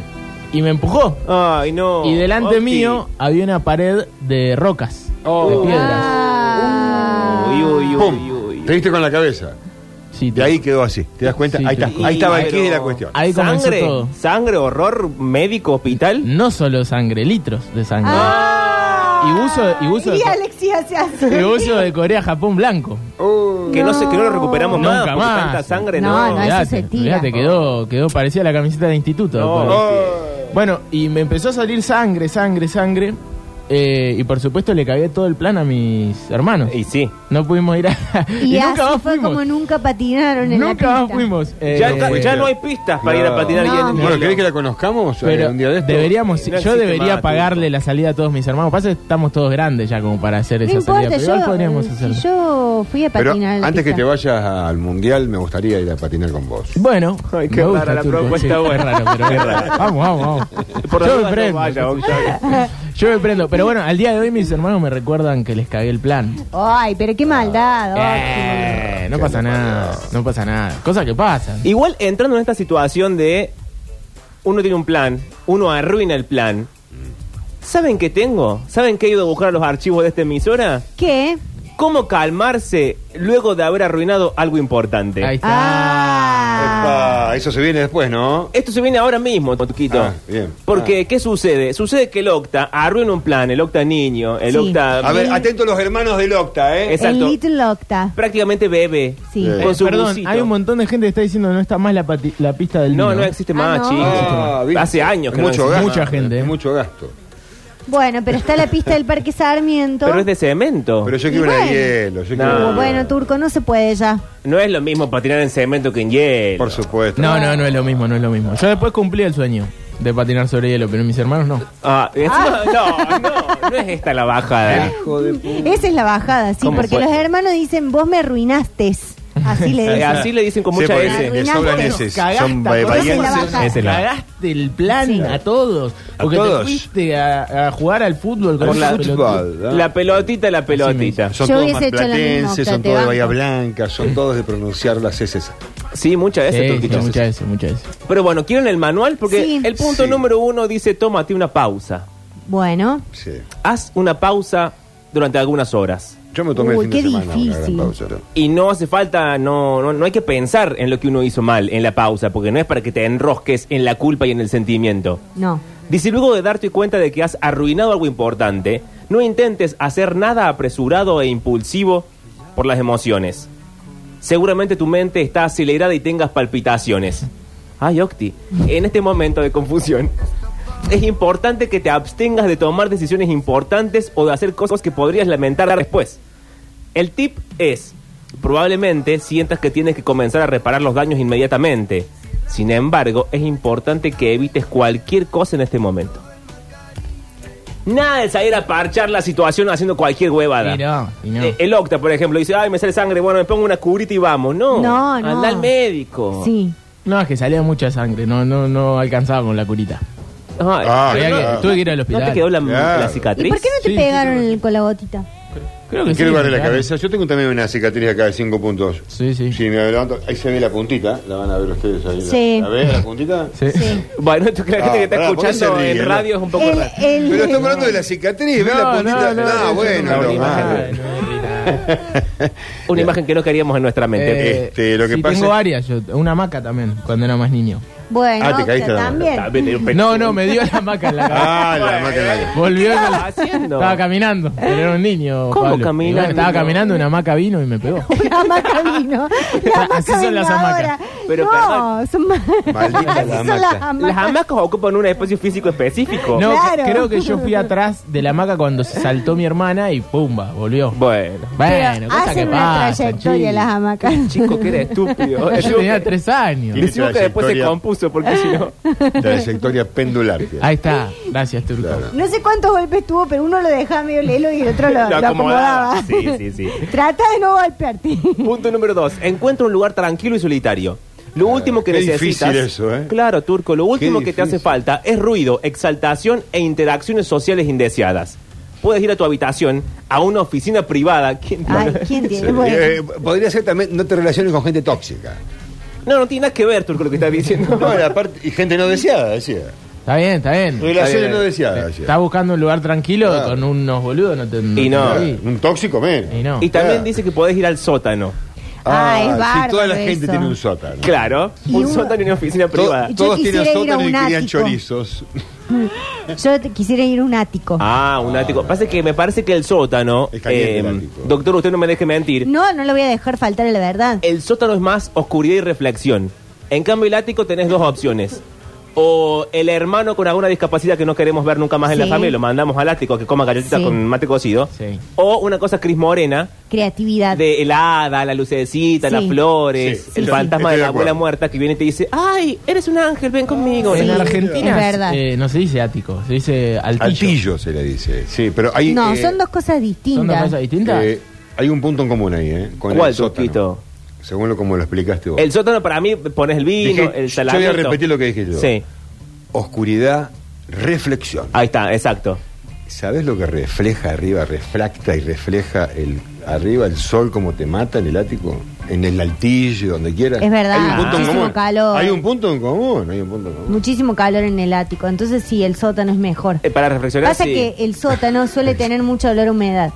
Speaker 4: Y me empujó.
Speaker 5: Ay, no.
Speaker 4: Y delante
Speaker 5: Octi.
Speaker 4: mío había una pared de rocas,
Speaker 5: Oh.
Speaker 4: de piedras.
Speaker 7: Ah.
Speaker 5: Uy, uy, uy,
Speaker 6: ¡Pum! Te
Speaker 5: uy.
Speaker 6: diste con la cabeza.
Speaker 4: Sí,
Speaker 6: De ahí quedó así. ¿Te das cuenta?
Speaker 4: Sí,
Speaker 6: ahí, está,
Speaker 4: sí.
Speaker 6: ahí estaba el
Speaker 5: Pero-
Speaker 6: quid de la cuestión.
Speaker 4: Ahí comenzó
Speaker 5: ¿Sangre?
Speaker 4: todo. Mm.
Speaker 5: ¿Sangre, horror, médico, hospital?
Speaker 4: No solo sangre, litros de sangre.
Speaker 7: Ah.
Speaker 4: Y uso- y uso de-
Speaker 7: Y Alexis hace así.
Speaker 4: El uso de Corea, Japón blanco.
Speaker 5: Que no, sé, que no lo recuperamos
Speaker 4: Nunca
Speaker 5: más. porque
Speaker 4: más.
Speaker 5: Tanta sangre,
Speaker 7: Ah, No,
Speaker 5: no.
Speaker 7: no es- eso se tira.
Speaker 4: olvidate, quedó, quedó parecía la camiseta de instituto.
Speaker 5: No.
Speaker 4: Por-
Speaker 6: Oh.
Speaker 4: Bueno, y me empezó a salir sangre, sangre, sangre. eh, y por supuesto le cagué todo el plan a mis hermanos.
Speaker 5: Y sí.
Speaker 4: No pudimos ir a...
Speaker 7: Y,
Speaker 4: y
Speaker 7: así
Speaker 4: nunca más
Speaker 7: fue como
Speaker 4: fuimos.
Speaker 7: nunca patinaron en la
Speaker 4: Nunca más
Speaker 7: pista.
Speaker 4: fuimos. Eh,
Speaker 5: Ya,
Speaker 6: no fue,
Speaker 5: ya
Speaker 6: pero-
Speaker 5: no hay pistas para ir a
Speaker 6: No.
Speaker 5: patinar
Speaker 7: No.
Speaker 5: y en-
Speaker 6: Bueno, ¿querés que la conozcamos eh,
Speaker 4: Pero
Speaker 6: un día de esto?
Speaker 4: deberíamos,
Speaker 5: No
Speaker 4: yo
Speaker 5: existe
Speaker 4: debería
Speaker 5: más,
Speaker 4: pagarle la salida a todos mis hermanos. Pasa que estamos todos grandes ya como para hacer
Speaker 7: No
Speaker 4: esa salida.
Speaker 7: importa,
Speaker 4: Pero igual
Speaker 7: yo,
Speaker 4: podríamos hacerlo.
Speaker 7: si yo fui a
Speaker 6: Pero
Speaker 7: patinar. a la
Speaker 6: antes que
Speaker 7: pista.
Speaker 6: te vayas al mundial, me gustaría ir a patinar con vos.
Speaker 4: Bueno,
Speaker 5: Ay, qué
Speaker 4: me gusta
Speaker 5: rara la
Speaker 4: Turco,
Speaker 5: propuesta,
Speaker 4: sí,
Speaker 5: bueno.
Speaker 4: es raro, pero es raro. Vamos, vamos, vamos.
Speaker 5: Por
Speaker 4: yo
Speaker 5: las
Speaker 4: me
Speaker 5: dudas no
Speaker 4: prendo.
Speaker 5: vaya, Octavio.
Speaker 4: yo Yo me prendo. Pero bueno, al día de hoy mis hermanos me recuerdan que les cagué el plan.
Speaker 7: Ay, pero qué maldad. Oxi.
Speaker 4: Eh, no pasa nada, no pasa nada. Cosas que pasan.
Speaker 5: Igual entrando en esta situación de uno tiene un plan, uno arruina el plan. ¿Saben qué tengo? ¿Saben qué he ido a buscar a los archivos de esta emisora?
Speaker 7: ¿Qué?
Speaker 5: ¿Cómo calmarse luego de haber arruinado algo importante?
Speaker 4: Ahí
Speaker 5: Ah,
Speaker 4: está.
Speaker 7: Ah.
Speaker 6: Epa, eso se viene después, ¿no?
Speaker 5: Esto se viene ahora mismo, Toquito.
Speaker 6: Ah, bien.
Speaker 5: Porque, ¿qué sucede? Sucede que el Octa arruina un plan, el Octa niño, el
Speaker 7: Sí.
Speaker 5: Octa...
Speaker 6: A ver, atento los hermanos del Octa, ¿eh?
Speaker 5: Es- exacto.
Speaker 7: El Little Octa.
Speaker 5: prácticamente bebe.
Speaker 7: Sí.
Speaker 6: Eh,
Speaker 5: Con su
Speaker 4: Perdón,
Speaker 5: busito.
Speaker 4: hay un montón de gente que está diciendo no está más la, pati- la pista del
Speaker 5: No,
Speaker 4: vino.
Speaker 5: no existe
Speaker 7: Ah,
Speaker 5: más,
Speaker 7: no.
Speaker 5: chicos.
Speaker 6: Ah, ¿viste?
Speaker 5: Hace años que no
Speaker 6: mucho
Speaker 5: existe.
Speaker 6: gasto.
Speaker 4: Mucha gente,
Speaker 6: Es
Speaker 4: ¿eh?
Speaker 6: Mucho gasto.
Speaker 7: Bueno, pero está la pista del Parque Sarmiento.
Speaker 5: Pero es de cemento.
Speaker 6: Pero yo
Speaker 7: Y
Speaker 6: quiero una
Speaker 7: bueno.
Speaker 6: de hielo.
Speaker 5: No.
Speaker 6: Yo quiero
Speaker 4: Ah.
Speaker 6: una de
Speaker 7: Bueno,
Speaker 6: hielo.
Speaker 7: Turco, no se puede ya.
Speaker 5: No es lo mismo patinar en cemento que en hielo.
Speaker 6: Por supuesto.
Speaker 4: No, no, no es lo mismo, no es lo mismo. Yo después cumplí el sueño de patinar sobre hielo, pero mis hermanos no.
Speaker 5: Ah, encima- no, no, no es esta la bajada.
Speaker 7: Esa es la bajada, sí,
Speaker 5: ¿Cómo
Speaker 7: porque
Speaker 5: fue?
Speaker 7: los hermanos dicen, vos me arruinaste. Así le
Speaker 5: Eh,
Speaker 7: dicen.
Speaker 5: Así le dicen con
Speaker 6: Sí,
Speaker 5: mucha
Speaker 6: porque
Speaker 5: S.
Speaker 6: le
Speaker 7: Arruinaste,
Speaker 6: sobran
Speaker 7: no,
Speaker 6: S.
Speaker 4: cagaste,
Speaker 6: Son
Speaker 4: acordate
Speaker 7: de la
Speaker 6: valientes.
Speaker 7: vaca.
Speaker 5: Esa es la-
Speaker 4: Cagaste el plan a todos. Porque
Speaker 6: todos.
Speaker 4: te fuiste a, a jugar al fútbol con
Speaker 6: Por la
Speaker 4: la pelota.
Speaker 5: La pelotita, la pelotita.
Speaker 6: Son
Speaker 7: Yo
Speaker 6: todos
Speaker 7: hubiese hecho la misma,
Speaker 6: marplatenses, son
Speaker 7: Octa, te
Speaker 6: todos de Bahía
Speaker 7: banco.
Speaker 6: Blanca, son todos de pronunciar las S.
Speaker 5: Sí, muchas
Speaker 4: Sí,
Speaker 5: veces.
Speaker 4: sí,
Speaker 5: Turquito.
Speaker 4: muchas veces, muchas veces.
Speaker 5: Pero bueno, ¿quieren el manual? Porque
Speaker 7: Sí.
Speaker 5: el punto
Speaker 6: Sí.
Speaker 5: número uno dice, tómate una pausa.
Speaker 7: Bueno,
Speaker 6: Sí.
Speaker 5: Haz una pausa durante algunas horas.
Speaker 6: Yo me tomé
Speaker 7: Uy,
Speaker 6: el fin
Speaker 7: qué
Speaker 6: de semana una gran
Speaker 7: difícil.
Speaker 6: pausa.
Speaker 5: Y no hace falta, no, no, no hay que pensar en lo que uno hizo mal en la pausa, porque no es para que te enrosques en la culpa y en el sentimiento.
Speaker 7: no.
Speaker 5: Dice, luego de darte cuenta de que has arruinado algo importante, no intentes hacer nada apresurado e impulsivo por las emociones. Seguramente tu mente está acelerada y tengas palpitaciones. Ay, Octi, en este momento de confusión, es importante que te abstengas de tomar decisiones importantes o de hacer cosas que podrías lamentar después. El tip es, probablemente sientas que tienes que comenzar a reparar los daños inmediatamente. Sin embargo, es importante que evites cualquier cosa en este momento. Nada de salir a parchar la situación haciendo cualquier huevada.
Speaker 4: Y no, y no.
Speaker 5: Eh, El Octa, por ejemplo, dice, ay, me sale sangre, bueno, me pongo una curita y vamos. No,
Speaker 7: No, no.
Speaker 5: anda al médico.
Speaker 7: Sí.
Speaker 4: No, es que salía mucha sangre, no, no, no alcanzaba con la curita.
Speaker 5: Ay,
Speaker 6: Ah,
Speaker 5: pero
Speaker 4: Había
Speaker 5: no-
Speaker 4: que-
Speaker 6: claro.
Speaker 4: tuve que ir al
Speaker 5: ¿No
Speaker 4: hospital.
Speaker 5: te quedó la,
Speaker 6: Claro.
Speaker 5: la
Speaker 7: ¿Y
Speaker 5: cicatriz?
Speaker 7: por qué no te
Speaker 4: Sí,
Speaker 7: pegaron
Speaker 4: sí, sí.
Speaker 7: el- con la gotita?
Speaker 4: Creo que
Speaker 6: ¿En qué
Speaker 4: sí,
Speaker 6: lugar de la
Speaker 4: claro.
Speaker 6: cabeza? Yo tengo también una cicatriz acá de 5 puntos.
Speaker 4: Sí, sí.
Speaker 6: Si me levanto, ahí se ve la puntita, la van a ver ustedes ahí. la-
Speaker 7: Sí.
Speaker 6: ¿La ven la puntita?
Speaker 4: Sí.
Speaker 7: Sí.
Speaker 5: Bueno, tú, la gente
Speaker 6: Ah,
Speaker 5: que está
Speaker 6: pará, ¿por qué
Speaker 5: escuchando
Speaker 6: se ríe,
Speaker 5: en
Speaker 6: no?
Speaker 5: radio es un poco
Speaker 7: El-
Speaker 5: raro.
Speaker 7: el-
Speaker 6: Pero estamos hablando de la cicatriz, ¿ves la puntita? No, bueno,
Speaker 4: no,
Speaker 6: lo
Speaker 5: una
Speaker 6: malo.
Speaker 5: imagen.
Speaker 4: no, no, no, no.
Speaker 5: Una imagen que no queríamos en nuestra mente.
Speaker 4: Eh,
Speaker 6: Este, lo que
Speaker 4: sí,
Speaker 6: pasa
Speaker 4: tengo
Speaker 6: es-
Speaker 4: varias, yo, una maca también, cuando era más niño.
Speaker 7: Bueno,
Speaker 6: Ah, te
Speaker 7: Octa,
Speaker 6: caíste la-
Speaker 7: también.
Speaker 5: También tenía un pe-
Speaker 4: No, no, me dio la maca en la cabeza.
Speaker 6: Ah, la máquina.
Speaker 4: Volvió con la-
Speaker 5: haciendo?
Speaker 4: Estaba caminando, pero era un niño.
Speaker 5: ¿Cómo
Speaker 4: Pablo.
Speaker 5: caminando?
Speaker 4: Y bueno, Estaba caminando, una maca vino y me pegó.
Speaker 7: La hamaca vino. La hamaca
Speaker 4: Así son las
Speaker 7: vengadora.
Speaker 4: hamacas.
Speaker 5: Pero,
Speaker 7: no,
Speaker 5: perdón.
Speaker 7: son más.
Speaker 6: Maldita
Speaker 7: Así
Speaker 6: la
Speaker 7: son
Speaker 6: hamaca.
Speaker 7: las
Speaker 5: Las
Speaker 7: hamacas.
Speaker 5: hamacas ocupan un espacio físico específico.
Speaker 4: No,
Speaker 7: Claro.
Speaker 4: que- creo que yo fui atrás de la maca cuando se saltó mi hermana y pumba, volvió.
Speaker 5: Bueno.
Speaker 4: Bueno, cosa que
Speaker 7: Hacen una
Speaker 4: pasa.
Speaker 7: trayectoria
Speaker 4: chico.
Speaker 7: las hamacas.
Speaker 5: Chico, que era estúpido.
Speaker 4: Yo
Speaker 5: Decimos
Speaker 4: tenía
Speaker 5: que-
Speaker 4: tres años.
Speaker 5: decimos que después se
Speaker 6: Trayectoria.
Speaker 5: compuso, porque si no...
Speaker 6: Trayectoria pendular.
Speaker 4: Ahí está, gracias Turco.
Speaker 6: Claro.
Speaker 7: No sé cuántos golpes tuvo, pero uno lo dejaba medio lelo y el otro lo,
Speaker 5: Lo
Speaker 7: lo
Speaker 5: acomodaba.
Speaker 7: acomodaba.
Speaker 5: Sí, sí, sí.
Speaker 7: Trata de no golpearte.
Speaker 5: Punto número dos. Encuentra un lugar tranquilo y solitario. Lo último que
Speaker 6: qué
Speaker 5: necesitas.
Speaker 6: difícil eso, ¿eh?
Speaker 5: Claro, Turco, lo último que te hace
Speaker 6: difícil.
Speaker 5: falta es ruido, exaltación e interacciones sociales indeseadas. Puedes ir a tu habitación, a una oficina privada. ¿Quién te-
Speaker 7: Ay, ¿quién tiene? Bueno.
Speaker 6: Eh, podría ser también, no te relaciones con gente tóxica.
Speaker 5: No, no tiene nada que ver, Turco, lo que estás diciendo.
Speaker 6: No, la parte- y gente no deseada, decía.
Speaker 4: Está bien, está bien.
Speaker 6: Relaciones no deseadas, decía.
Speaker 4: Está buscando un lugar tranquilo
Speaker 6: Claro.
Speaker 4: con unos boludos, no te
Speaker 5: Y no.
Speaker 4: te-
Speaker 6: Ah, Un tóxico, menos.
Speaker 4: Y no.
Speaker 5: Y también
Speaker 6: Claro.
Speaker 5: dice que podés ir al sótano.
Speaker 7: Ah, es
Speaker 6: sí, toda
Speaker 7: bárbaro
Speaker 6: la gente
Speaker 7: eso.
Speaker 6: tiene un sótano.
Speaker 5: Claro,
Speaker 7: Y
Speaker 5: un
Speaker 7: uno-
Speaker 5: sótano y una oficina
Speaker 6: To-
Speaker 5: privada.
Speaker 6: todos tienen
Speaker 7: quisiera ir a
Speaker 6: sótano y
Speaker 7: un
Speaker 6: crían
Speaker 7: ático.
Speaker 6: chorizos.
Speaker 7: Yo te- quisiera ir a un ático.
Speaker 5: Ah, un ático. Pasa que me parece que el sótano. eh,
Speaker 6: Es caliente el ático.
Speaker 5: doctor, usted no me deje mentir.
Speaker 7: No, no lo voy a dejar faltar a la verdad.
Speaker 5: El sótano es más oscuridad y reflexión. En cambio, el ático tenés dos opciones. O el hermano con alguna discapacidad que no queremos ver nunca más en la
Speaker 7: Sí.
Speaker 5: familia, lo mandamos al ático que coma galletitas
Speaker 7: Sí.
Speaker 5: con mate cocido.
Speaker 4: Sí.
Speaker 5: O una cosa Cris Morena,
Speaker 7: Creatividad.
Speaker 5: de helada, la lucecita,
Speaker 7: Ah. Sí.
Speaker 5: las flores,
Speaker 6: Sí,
Speaker 5: el
Speaker 6: sí,
Speaker 5: fantasma de
Speaker 6: sí. Estoy de
Speaker 5: la
Speaker 6: acuerdo.
Speaker 5: abuela muerta que viene y te dice, ¡ay, eres un ángel, ven conmigo!
Speaker 7: Sí.
Speaker 4: en
Speaker 7: es
Speaker 4: Argentina
Speaker 7: verdad.
Speaker 4: eh, no se dice ático, se dice altillo.
Speaker 6: Altillo se le dice. Sí, pero hay.
Speaker 7: No,
Speaker 6: eh,
Speaker 7: son dos cosas distintas.
Speaker 4: ¿Son dos cosas distintas?
Speaker 6: eh, hay un punto en común ahí, ¿eh? Con
Speaker 5: ¿Cuál,
Speaker 6: el sótano.
Speaker 5: Turquito?
Speaker 6: Según lo como lo explicaste vos.
Speaker 5: El sótano para mí pones el vino,
Speaker 6: Dije-
Speaker 5: el
Speaker 6: yo voy a
Speaker 5: salado.
Speaker 6: repetir lo que dije yo.
Speaker 5: Sí,
Speaker 6: Oscuridad, reflexión.
Speaker 5: ahí está, exacto.
Speaker 6: ¿Sabes lo que refleja arriba? Refracta y refleja el arriba el sol como te mata en el ático, en el altillo, donde quieras.
Speaker 7: Es verdad,
Speaker 6: Hay un punto en
Speaker 7: muchísimo
Speaker 6: común.
Speaker 7: calor.
Speaker 6: Hay un punto en común, hay un punto en común.
Speaker 7: Muchísimo calor en el ático, entonces sí, el sótano es mejor.
Speaker 5: Eh, para reflexionar,
Speaker 7: Pasa
Speaker 5: sí.
Speaker 7: que el sótano suele tener mucho olor a humedad.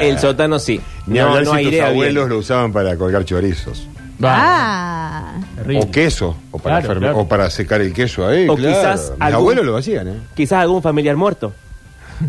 Speaker 5: El sótano sí.
Speaker 6: Ni
Speaker 5: no,
Speaker 6: hablar
Speaker 5: no
Speaker 6: si tus
Speaker 5: airea bien.
Speaker 6: abuelos lo usaban para colgar chorizos.
Speaker 4: Va,
Speaker 7: Ah,
Speaker 4: terrible.
Speaker 6: O queso, o para,
Speaker 4: Claro,
Speaker 6: ferme-
Speaker 4: claro.
Speaker 6: o para secar el queso ahí.
Speaker 5: O
Speaker 6: claro.
Speaker 5: quizás
Speaker 6: Mis
Speaker 5: algún-
Speaker 6: abuelos lo hacían, ¿eh?
Speaker 5: Quizás algún familiar muerto.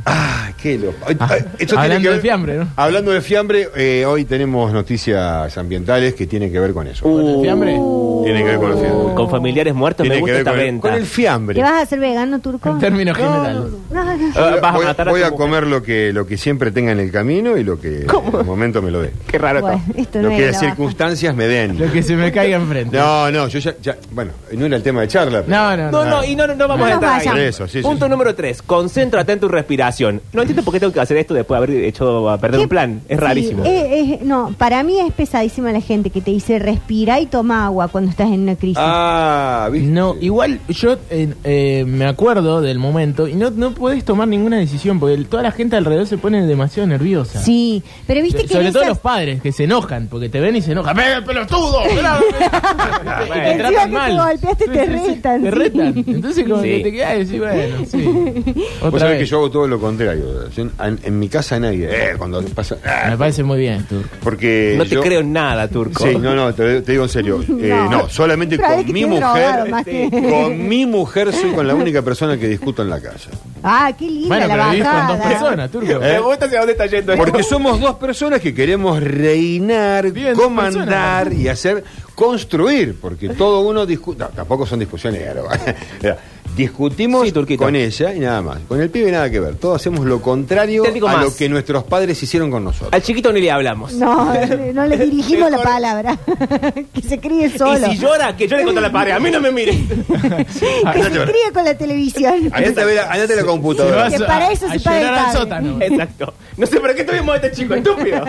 Speaker 6: Ah, qué loco. Ay, ay, esto
Speaker 4: hablando
Speaker 6: tiene que
Speaker 4: de
Speaker 6: ver-
Speaker 4: fiambre, ¿no?
Speaker 6: Hablando de fiambre, eh, hoy tenemos noticias ambientales que tienen que ver con eso.
Speaker 5: Uh,
Speaker 4: ¿Fiambre?
Speaker 6: Oh. Tienen que ver con el fiambre.
Speaker 5: Con familiares muertos
Speaker 6: Tiene
Speaker 5: me gusta
Speaker 6: que ver
Speaker 5: esta
Speaker 6: con el,
Speaker 5: venta.
Speaker 6: con el fiambre.
Speaker 7: ¿te vas a hacer vegano, turco?
Speaker 4: En términos
Speaker 6: No,
Speaker 4: generales.
Speaker 6: no, no.
Speaker 7: No, no.
Speaker 5: Ah, vas a
Speaker 6: voy,
Speaker 5: matar a
Speaker 6: voy
Speaker 5: tu
Speaker 6: a
Speaker 5: mujer.
Speaker 6: comer lo que, lo que siempre tenga en el camino y lo que en el momento me lo dé.
Speaker 5: Qué raro
Speaker 7: Bueno,
Speaker 5: esto.
Speaker 7: esto
Speaker 6: Lo
Speaker 7: no
Speaker 6: que
Speaker 7: es
Speaker 6: las
Speaker 7: la
Speaker 6: circunstancias me den.
Speaker 4: Lo que se me caiga enfrente.
Speaker 6: No, no, yo ya, ya- Bueno, no era el tema de charla. pero-
Speaker 4: No, no,
Speaker 5: No, no, y no, no, no vamos
Speaker 7: No
Speaker 5: a
Speaker 7: nos
Speaker 5: estar ahí.
Speaker 7: vayamos.
Speaker 6: Eso, sí, sí,
Speaker 5: Punto
Speaker 6: sí.
Speaker 5: número 3. Concéntrate en tu respiración. No entiendo por qué tengo que hacer esto después de haber hecho a perder
Speaker 7: ¿Qué?
Speaker 5: un plan. Es
Speaker 7: Sí,
Speaker 5: rarísimo.
Speaker 7: eh, eh, no, para mí es pesadísima la gente que te dice respira y toma agua cuando estás en una crisis.
Speaker 6: Ah, viste.
Speaker 4: No, igual yo eh, eh, me acuerdo del momento y no, no puedes tomar ninguna decisión porque el- toda la gente alrededor se pone demasiado nerviosa.
Speaker 7: Sí, pero viste
Speaker 4: So-
Speaker 7: que
Speaker 4: Sobre
Speaker 7: en
Speaker 4: todo
Speaker 7: esas-
Speaker 4: los padres que se enojan porque te ven y se enojan. ¡Eh, pelotudo! Grave". y
Speaker 6: Ah,
Speaker 4: te
Speaker 5: Encima
Speaker 7: que
Speaker 4: tratan
Speaker 7: te
Speaker 4: mal.
Speaker 7: golpeaste, te
Speaker 4: Sí, sí, sí,
Speaker 7: retan,
Speaker 4: Te
Speaker 7: sí.
Speaker 4: retan. Entonces, como
Speaker 5: Sí.
Speaker 4: que te quedas y decís, bueno, sí.
Speaker 6: Vos
Speaker 4: Otra
Speaker 6: sabés
Speaker 4: vez.
Speaker 6: que yo hago todo lo contrario. Yo en, en- en mi casa nadie. eh, cuando pasa. ah,
Speaker 4: Me parece muy bien, tú.
Speaker 6: porque.
Speaker 5: no te
Speaker 6: yo-
Speaker 5: creo en nada, Turco.
Speaker 6: Sí, no, no, te, te digo en serio. Eh,
Speaker 7: No.
Speaker 6: no. solamente
Speaker 7: Pero es
Speaker 6: con
Speaker 7: que
Speaker 6: mi
Speaker 7: te drogaron,
Speaker 6: mujer. eh,
Speaker 7: más que-
Speaker 6: Con mi mujer soy con la única persona que discuto en la casa.
Speaker 7: Ah, qué linda
Speaker 4: Bueno,
Speaker 7: la
Speaker 4: pero vivís con dos
Speaker 7: bajada.
Speaker 4: personas, Turco.
Speaker 5: Me gusta hacia dónde está yendo esto.
Speaker 6: ¿Eh? Porque somos dos personas que queremos reinar,
Speaker 4: Bien, dos
Speaker 6: comandar
Speaker 4: personas.
Speaker 6: y hacer construir, porque todo uno discute. tampoco son discusiones. claro. Mira, Discutimos
Speaker 5: Sí, Turquito.
Speaker 6: con ella y nada más. Con el pibe nada que ver. Todos hacemos lo contrario
Speaker 5: Te digo
Speaker 6: a
Speaker 5: más.
Speaker 6: lo que nuestros padres hicieron con nosotros.
Speaker 5: Al chiquito ni le hablamos.
Speaker 7: No, no le dirigimos la palabra. que se críe
Speaker 5: y
Speaker 7: solo.
Speaker 5: si llora, que llore contra la pared. A mí no me mire.
Speaker 7: que se críe con la televisión.
Speaker 6: Andate Ah, a ver, a- andate a la
Speaker 4: Te
Speaker 6: computadora.
Speaker 4: vas
Speaker 7: que para eso
Speaker 4: a
Speaker 7: se paga el
Speaker 4: llorar al
Speaker 7: padre.
Speaker 4: sótano.
Speaker 5: Exacto. No sé para qué tuvimos a este chico estúpido.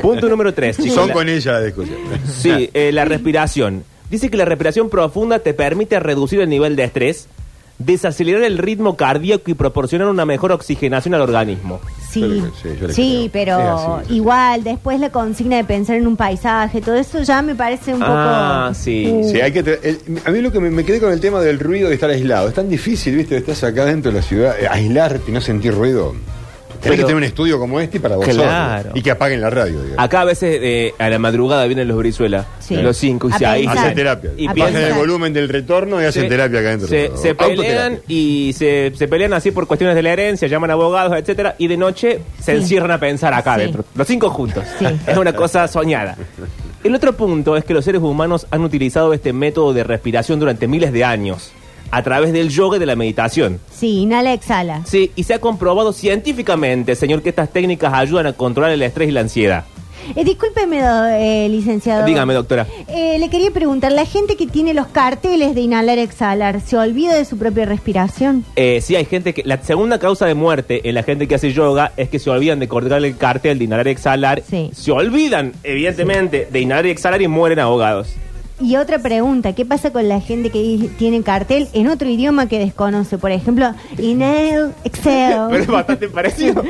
Speaker 5: Punto número 3.
Speaker 6: Son con ella la discusión.
Speaker 5: Sí, eh, la respiración. Dice que la respiración profunda te permite reducir el nivel de estrés, desacelerar el ritmo cardíaco y proporcionar una mejor oxigenación al organismo.
Speaker 6: Yo
Speaker 7: Sí,
Speaker 6: le- sí, yo le
Speaker 7: sí,
Speaker 6: creo.
Speaker 7: pero
Speaker 6: Es así.
Speaker 7: igual, después la consigna de pensar en un paisaje, todo eso ya me parece un poco...
Speaker 5: Ah, sí.
Speaker 7: Uh,
Speaker 6: Sí, hay que tra- el- a mí lo que me, me quedé con el tema del ruido de estar aislado. Es tan difícil, viste, estás acá dentro de la ciudad, eh, aislarte y no sentir ruido. Tenés
Speaker 5: Pero-
Speaker 6: que tener un estudio como este para vos
Speaker 5: Claro.
Speaker 6: solo. Y que apaguen la radio, digamos.
Speaker 5: Acá a veces eh, a la madrugada vienen los brizuelas,
Speaker 7: Sí.
Speaker 5: los cinco, y
Speaker 7: A
Speaker 5: se
Speaker 7: pensar.
Speaker 5: aíslan.
Speaker 6: Hacen terapia.
Speaker 5: Y
Speaker 7: A
Speaker 6: Bajan
Speaker 5: piensan-
Speaker 6: el
Speaker 7: pensar.
Speaker 6: volumen del retorno y hacen
Speaker 5: se-
Speaker 6: terapia acá dentro.
Speaker 5: Se, se pelean
Speaker 6: Autoterapia.
Speaker 5: y se, se pelean así por cuestiones de la herencia, llaman abogados, etcétera, y de noche se
Speaker 7: Sí.
Speaker 5: encierran a pensar acá
Speaker 7: Sí.
Speaker 5: adentro. Los cinco juntos.
Speaker 7: Sí.
Speaker 5: Es una cosa soñada. El otro punto es que los seres humanos han utilizado este método de respiración durante miles de años, a través del yoga y de la meditación.
Speaker 7: Sí, inhala, exhala.
Speaker 5: Sí, y se ha comprobado científicamente, señor, que estas técnicas ayudan a controlar el estrés y la ansiedad.
Speaker 7: Eh, discúlpeme, do- eh, licenciado.
Speaker 5: Dígame, doctora.
Speaker 7: Eh, le quería preguntar, la gente que tiene los carteles de inhalar, exhalar, ¿se olvida de su propia respiración?
Speaker 5: Eh, sí, hay gente que. La segunda causa de muerte en la gente que hace yoga es que se olvidan de cortar el cartel de inhalar y exhalar.
Speaker 7: Sí.
Speaker 5: Se olvidan, evidentemente, de inhalar y exhalar y mueren ahogados.
Speaker 7: Y otra pregunta, ¿qué pasa con la gente que di- tiene cartel en otro idioma que desconoce? Por ejemplo, inhale,
Speaker 5: Pero es
Speaker 7: exhale.
Speaker 5: bastante parecido.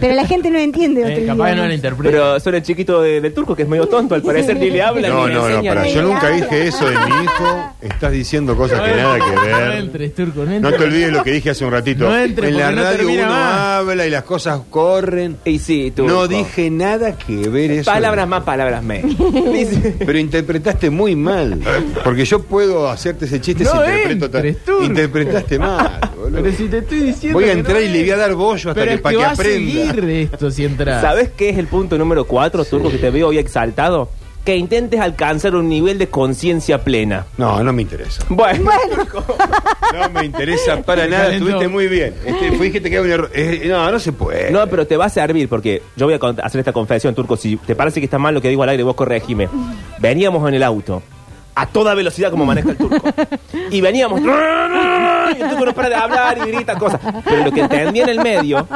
Speaker 7: Pero la gente no entiende otro
Speaker 4: Eh, capaz
Speaker 7: idioma.
Speaker 4: que no lo interpreto.
Speaker 5: Pero son el chiquito de, de turco que es medio tonto, al parecer ni le hablan
Speaker 6: No,
Speaker 5: ni le
Speaker 6: no, no,
Speaker 5: enseñan.
Speaker 6: pará. Yo nunca dije eso de mi hijo. Estás diciendo cosas que nada que
Speaker 4: No
Speaker 6: ver.
Speaker 4: entres, Turco, no
Speaker 6: No
Speaker 4: entres.
Speaker 6: te olvides lo que dije hace un ratito.
Speaker 4: No entre,
Speaker 6: en la
Speaker 4: porque no
Speaker 6: radio
Speaker 4: termina
Speaker 6: uno
Speaker 4: más.
Speaker 6: habla y las cosas corren.
Speaker 5: Y sí, turco.
Speaker 6: No dije nada que ver eso.
Speaker 5: Palabras más, palabras menos. Dice-
Speaker 6: Pero interpretaste muy mal. Porque yo puedo hacerte ese chiste
Speaker 4: No
Speaker 6: si interpreto ta-
Speaker 4: entres, turco.
Speaker 6: Interpretaste mal, boludo.
Speaker 4: Pero si te estoy diciendo.
Speaker 6: Voy a
Speaker 4: que no
Speaker 6: entrar y le voy a
Speaker 4: es.
Speaker 6: dar bollo hasta
Speaker 4: Pero
Speaker 6: que-
Speaker 4: es
Speaker 6: para que
Speaker 4: va
Speaker 6: aprenda.
Speaker 4: A seguir esto si entras.
Speaker 5: ¿Sabes qué es el punto número cuatro, turco, que te veo hoy exaltado? Que intentes alcanzar un nivel de conciencia plena.
Speaker 6: No, no me interesa.
Speaker 5: Bueno,
Speaker 6: No me interesa para
Speaker 4: Me
Speaker 6: nada.
Speaker 4: calentó.
Speaker 6: Estuviste muy bien. Este, fue- dijiste que había un error. Eh, no, no se puede.
Speaker 5: No, pero te va a servir porque yo voy a cont- hacer esta confesión, Turco. Si te parece que está mal lo que digo al aire, vos corregime. Veníamos en el auto a toda velocidad como maneja el turco. Y veníamos. Y el turco no para de hablar y grita cosas. Pero lo que entendí en el medio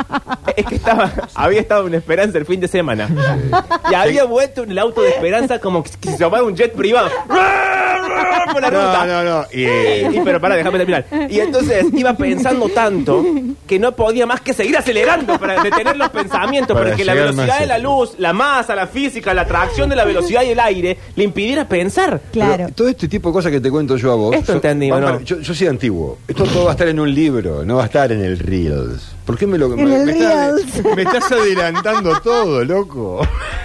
Speaker 5: es que estaba, había estado en Esperanza el fin de semana. Y había vuelto en el auto de Esperanza como que si se tomara un jet privado. por la ruta.
Speaker 6: No, no, no. Y, eh,
Speaker 5: Y- pero pará, déjame terminar. Y entonces iba pensando tanto que no podía más que seguir acelerando para detener los pensamientos,
Speaker 6: Para
Speaker 5: porque la
Speaker 6: llegar
Speaker 5: velocidad
Speaker 6: más
Speaker 5: de la
Speaker 6: cerca.
Speaker 5: luz, la masa, la física, la atracción de la velocidad y el aire le impidiera pensar.
Speaker 6: pero
Speaker 7: Claro.
Speaker 6: todo este tipo de cosas que te cuento yo a vos.
Speaker 5: Esto
Speaker 6: yo-
Speaker 5: entendí,
Speaker 6: va
Speaker 5: ¿o no?
Speaker 6: para- yo, yo soy antiguo. Esto todo va a estar en un libro, no va a estar en el Reels. ¿Por qué me lo
Speaker 7: En
Speaker 6: me,
Speaker 7: el
Speaker 6: me estás-
Speaker 7: Reels.
Speaker 6: me estás adelantando todo, loco.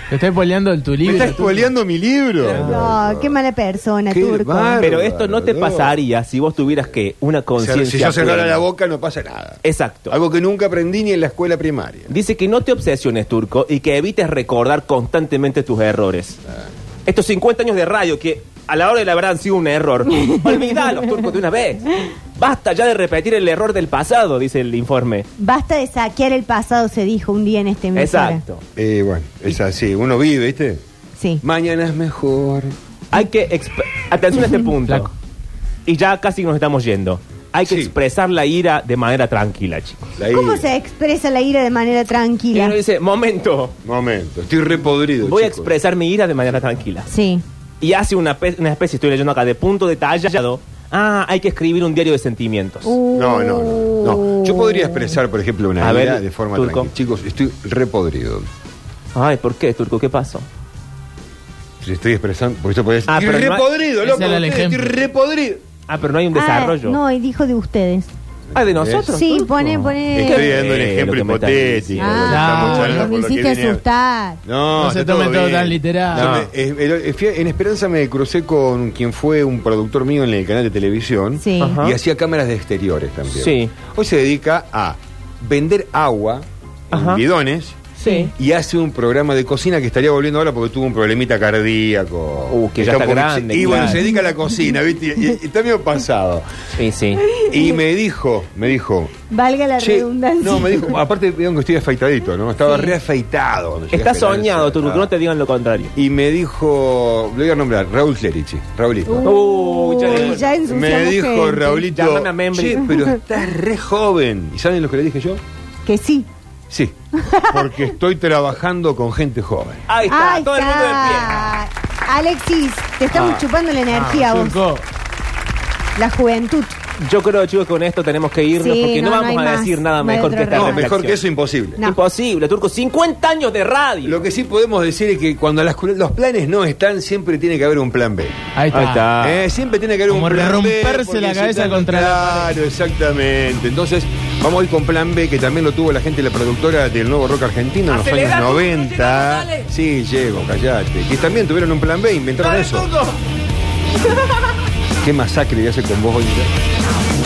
Speaker 4: Te estoy spoileando el tu
Speaker 6: Me
Speaker 4: libro.
Speaker 6: estás spoileando mi libro.
Speaker 7: No, Ah, qué mala persona,
Speaker 6: Qué
Speaker 7: turco.
Speaker 6: bárbaro.
Speaker 5: Pero esto no te
Speaker 6: Bárbaro.
Speaker 5: pasaría si vos tuvieras que una conciencia.
Speaker 6: si yo cerrara
Speaker 5: plena.
Speaker 6: la boca no pasa nada.
Speaker 5: Exacto.
Speaker 6: Algo que nunca aprendí ni en la escuela primaria.
Speaker 5: Dice que no te obsesiones, Turco, y que evites recordar constantemente tus errores. Estos 50 años de radio que a la hora de la verdad han sido un error. Olvidalos, Turco, de una vez. Basta ya de repetir el error del pasado, dice el informe.
Speaker 7: Basta de saquear el pasado, se dijo un día en este mes.
Speaker 5: Exacto.
Speaker 6: Eh, bueno, es así. Uno vive, ¿viste?
Speaker 7: Sí.
Speaker 6: Mañana es mejor.
Speaker 5: Hay que... exp- Atención a este punto.
Speaker 4: Flaco.
Speaker 5: Y ya casi nos estamos yendo. Hay que
Speaker 6: Sí.
Speaker 5: expresar la ira de manera tranquila, chicos.
Speaker 6: La
Speaker 7: ¿Cómo
Speaker 6: ira.
Speaker 7: se expresa la ira de manera
Speaker 5: Y
Speaker 7: tranquila?
Speaker 5: uno dice, momento,
Speaker 6: Momento, estoy repodrido.
Speaker 5: voy a
Speaker 6: chicos.
Speaker 5: expresar mi ira de manera tranquila.
Speaker 7: Sí.
Speaker 5: y hace una, pe- una especie, estoy leyendo acá, de punto detallado. Ah, hay que escribir un diario de sentimientos.
Speaker 7: Uh.
Speaker 6: No, no, no, no. Yo podría expresar, por ejemplo, una
Speaker 5: A ver,
Speaker 6: ira de forma
Speaker 5: Turco.
Speaker 6: tranquila. Chicos, estoy repodrido.
Speaker 5: Ay, ¿por qué, Turco? ¿Qué pasó?
Speaker 6: Si estoy expresando, porque esto puede
Speaker 5: Ah,
Speaker 6: estoy
Speaker 5: pero no-
Speaker 6: repodrido,
Speaker 4: ese
Speaker 6: loco.
Speaker 4: era el
Speaker 6: ustedes, estoy
Speaker 4: ejemplo.
Speaker 6: repodrido.
Speaker 5: Ah, pero no hay un desarrollo.
Speaker 7: Ah, no, y dijo de ustedes.
Speaker 5: Ah, de nosotros.
Speaker 7: Sí,
Speaker 5: Turco?
Speaker 7: pone- pone-
Speaker 6: Estoy
Speaker 7: Eh,
Speaker 6: dando un ejemplo
Speaker 5: lo que me está
Speaker 6: hipotético.
Speaker 5: diciendo.
Speaker 6: lo que
Speaker 7: Ah,
Speaker 6: estamos charlando,
Speaker 7: no, me
Speaker 6: por lo que
Speaker 7: hiciste
Speaker 6: viene-
Speaker 7: asustar.
Speaker 6: No,
Speaker 4: No se
Speaker 6: está
Speaker 4: tomen todo
Speaker 6: bien.
Speaker 4: tan literal.
Speaker 6: Yo
Speaker 4: No.
Speaker 6: me- eh, el- eh, fui a- en Esperanza me crucé con quien fue un productor mío en el canal de televisión
Speaker 7: Sí.
Speaker 5: Ajá.
Speaker 6: y hacía cámaras de exteriores también.
Speaker 5: Sí.
Speaker 6: Hoy se dedica a vender agua en
Speaker 5: Ajá.
Speaker 6: bidones
Speaker 5: Sí.
Speaker 6: y hace un programa de cocina que estaría volviendo ahora porque tuvo un problemita cardíaco.
Speaker 5: Uh, que ya
Speaker 6: un
Speaker 5: está
Speaker 6: poquito-
Speaker 5: grande,
Speaker 6: Y bueno,
Speaker 5: claro.
Speaker 6: se dedica a la cocina, ¿viste? Y, y- y está medio pasado.
Speaker 5: Sí, sí.
Speaker 6: Y me dijo, me dijo.
Speaker 7: Valga la
Speaker 6: "Che",
Speaker 7: redundancia.
Speaker 6: no, me dijo, aparte vieron que estoy afeitadito, ¿no? Estaba
Speaker 7: Sí.
Speaker 6: reafeitado. cuando llegué a
Speaker 5: Está
Speaker 6: Esperanza,
Speaker 5: soñado, Turco,
Speaker 6: estaba-
Speaker 5: no te digan lo contrario.
Speaker 6: y me dijo, lo voy a nombrar, Raúl Clerici. Raulito.
Speaker 7: Uy,
Speaker 5: Uy, Oh, ya-
Speaker 7: Uh, ya ensuciamos
Speaker 6: me dijo
Speaker 7: gente.
Speaker 6: Raulito,
Speaker 5: Llámame a Membri.
Speaker 6: "Che, pero estás re joven. ¿Y saben lo que le dije yo?
Speaker 7: Que sí.
Speaker 6: Sí, porque estoy trabajando con gente joven.
Speaker 5: Ahí está,
Speaker 7: Ahí
Speaker 5: todo el mundo de pie. Ah.
Speaker 7: está. Alexis, te estamos chupando la energía a vos.
Speaker 4: Surco.
Speaker 7: La juventud.
Speaker 5: Yo creo, chicos, que con esto tenemos que irnos
Speaker 7: Sí,
Speaker 5: porque no,
Speaker 7: no, no
Speaker 5: vamos
Speaker 7: hay
Speaker 5: a
Speaker 7: más.
Speaker 5: decir nada
Speaker 7: No hay
Speaker 5: mejor
Speaker 7: otro
Speaker 5: que esta
Speaker 6: No,
Speaker 7: regalo.
Speaker 5: reflexión.
Speaker 6: mejor que eso imposible.
Speaker 7: No.
Speaker 5: Imposible, Turco. 50 años de radio.
Speaker 6: Lo que sí podemos decir es que cuando las- los planes no están, siempre tiene que haber un plan B.
Speaker 4: Ahí está.
Speaker 5: Ahí está. Ah.
Speaker 6: Eh, siempre tiene que haber
Speaker 4: Como
Speaker 6: un plan B,
Speaker 4: romperse
Speaker 6: porque
Speaker 4: la
Speaker 6: si
Speaker 4: cabeza
Speaker 6: estás-
Speaker 4: contra la
Speaker 6: Claro, exactamente. Entonces, vamos a ir con plan B, que también lo tuvo la gente, la productora del nuevo rock argentino en los
Speaker 5: Acelerá,
Speaker 6: años
Speaker 5: Turco,
Speaker 6: 90.
Speaker 5: llegamos, dale.
Speaker 6: Sí, llego, callate. Que también tuvieron un plan B, inventaron
Speaker 5: Dale,
Speaker 6: eso.
Speaker 5: Turco.
Speaker 6: Qué masacre que hace con vos hoy.